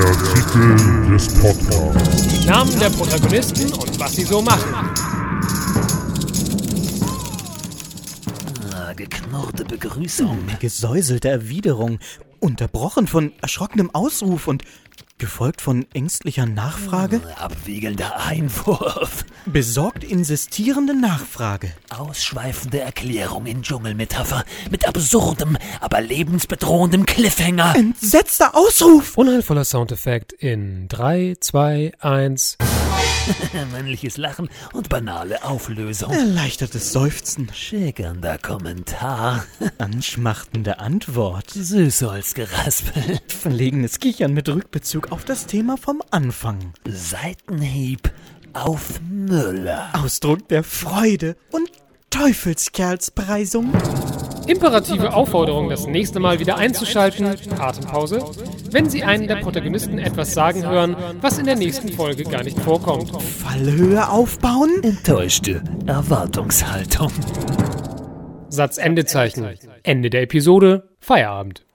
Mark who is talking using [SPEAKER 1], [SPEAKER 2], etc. [SPEAKER 1] Artikel des Podcasts.
[SPEAKER 2] Die Namen der Protagonisten und was sie so machen.
[SPEAKER 3] Ah, geknurrte Begrüßung.
[SPEAKER 4] Gesäuselte Erwiderung, unterbrochen von erschrockenem Ausruf und gefolgt von ängstlicher Nachfrage,
[SPEAKER 3] Abwiegelnder Einwurf.
[SPEAKER 4] besorgt insistierende Nachfrage.
[SPEAKER 3] Ausschweifende Erklärung in Dschungelmetapher. Mit absurdem, aber lebensbedrohendem Cliffhanger.
[SPEAKER 4] Entsetzter Ausruf!
[SPEAKER 2] Unheilvoller Soundeffekt in 3, 2, 1.
[SPEAKER 3] Männliches Lachen und banale Auflösung.
[SPEAKER 4] Erleichtertes Seufzen,
[SPEAKER 3] Schäkernder Kommentar.
[SPEAKER 4] anschmachtende Antwort,
[SPEAKER 3] Süßholzgeraspel.
[SPEAKER 4] verlegenes Kichern mit Rückbezug auf das Thema vom Anfang,
[SPEAKER 3] Seitenhieb auf Müller.
[SPEAKER 4] Ausdruck der Freude und Teufelskerlspreisung.
[SPEAKER 2] Imperative Aufforderung, das nächste Mal wieder einzuschalten. Atempause. Wenn Sie einen der Protagonisten etwas sagen hören, was in der nächsten Folge gar nicht vorkommt.
[SPEAKER 4] Fallhöhe aufbauen?
[SPEAKER 3] Enttäuschte Erwartungshaltung.
[SPEAKER 2] Satzendezeichen. Ende der Episode. Feierabend.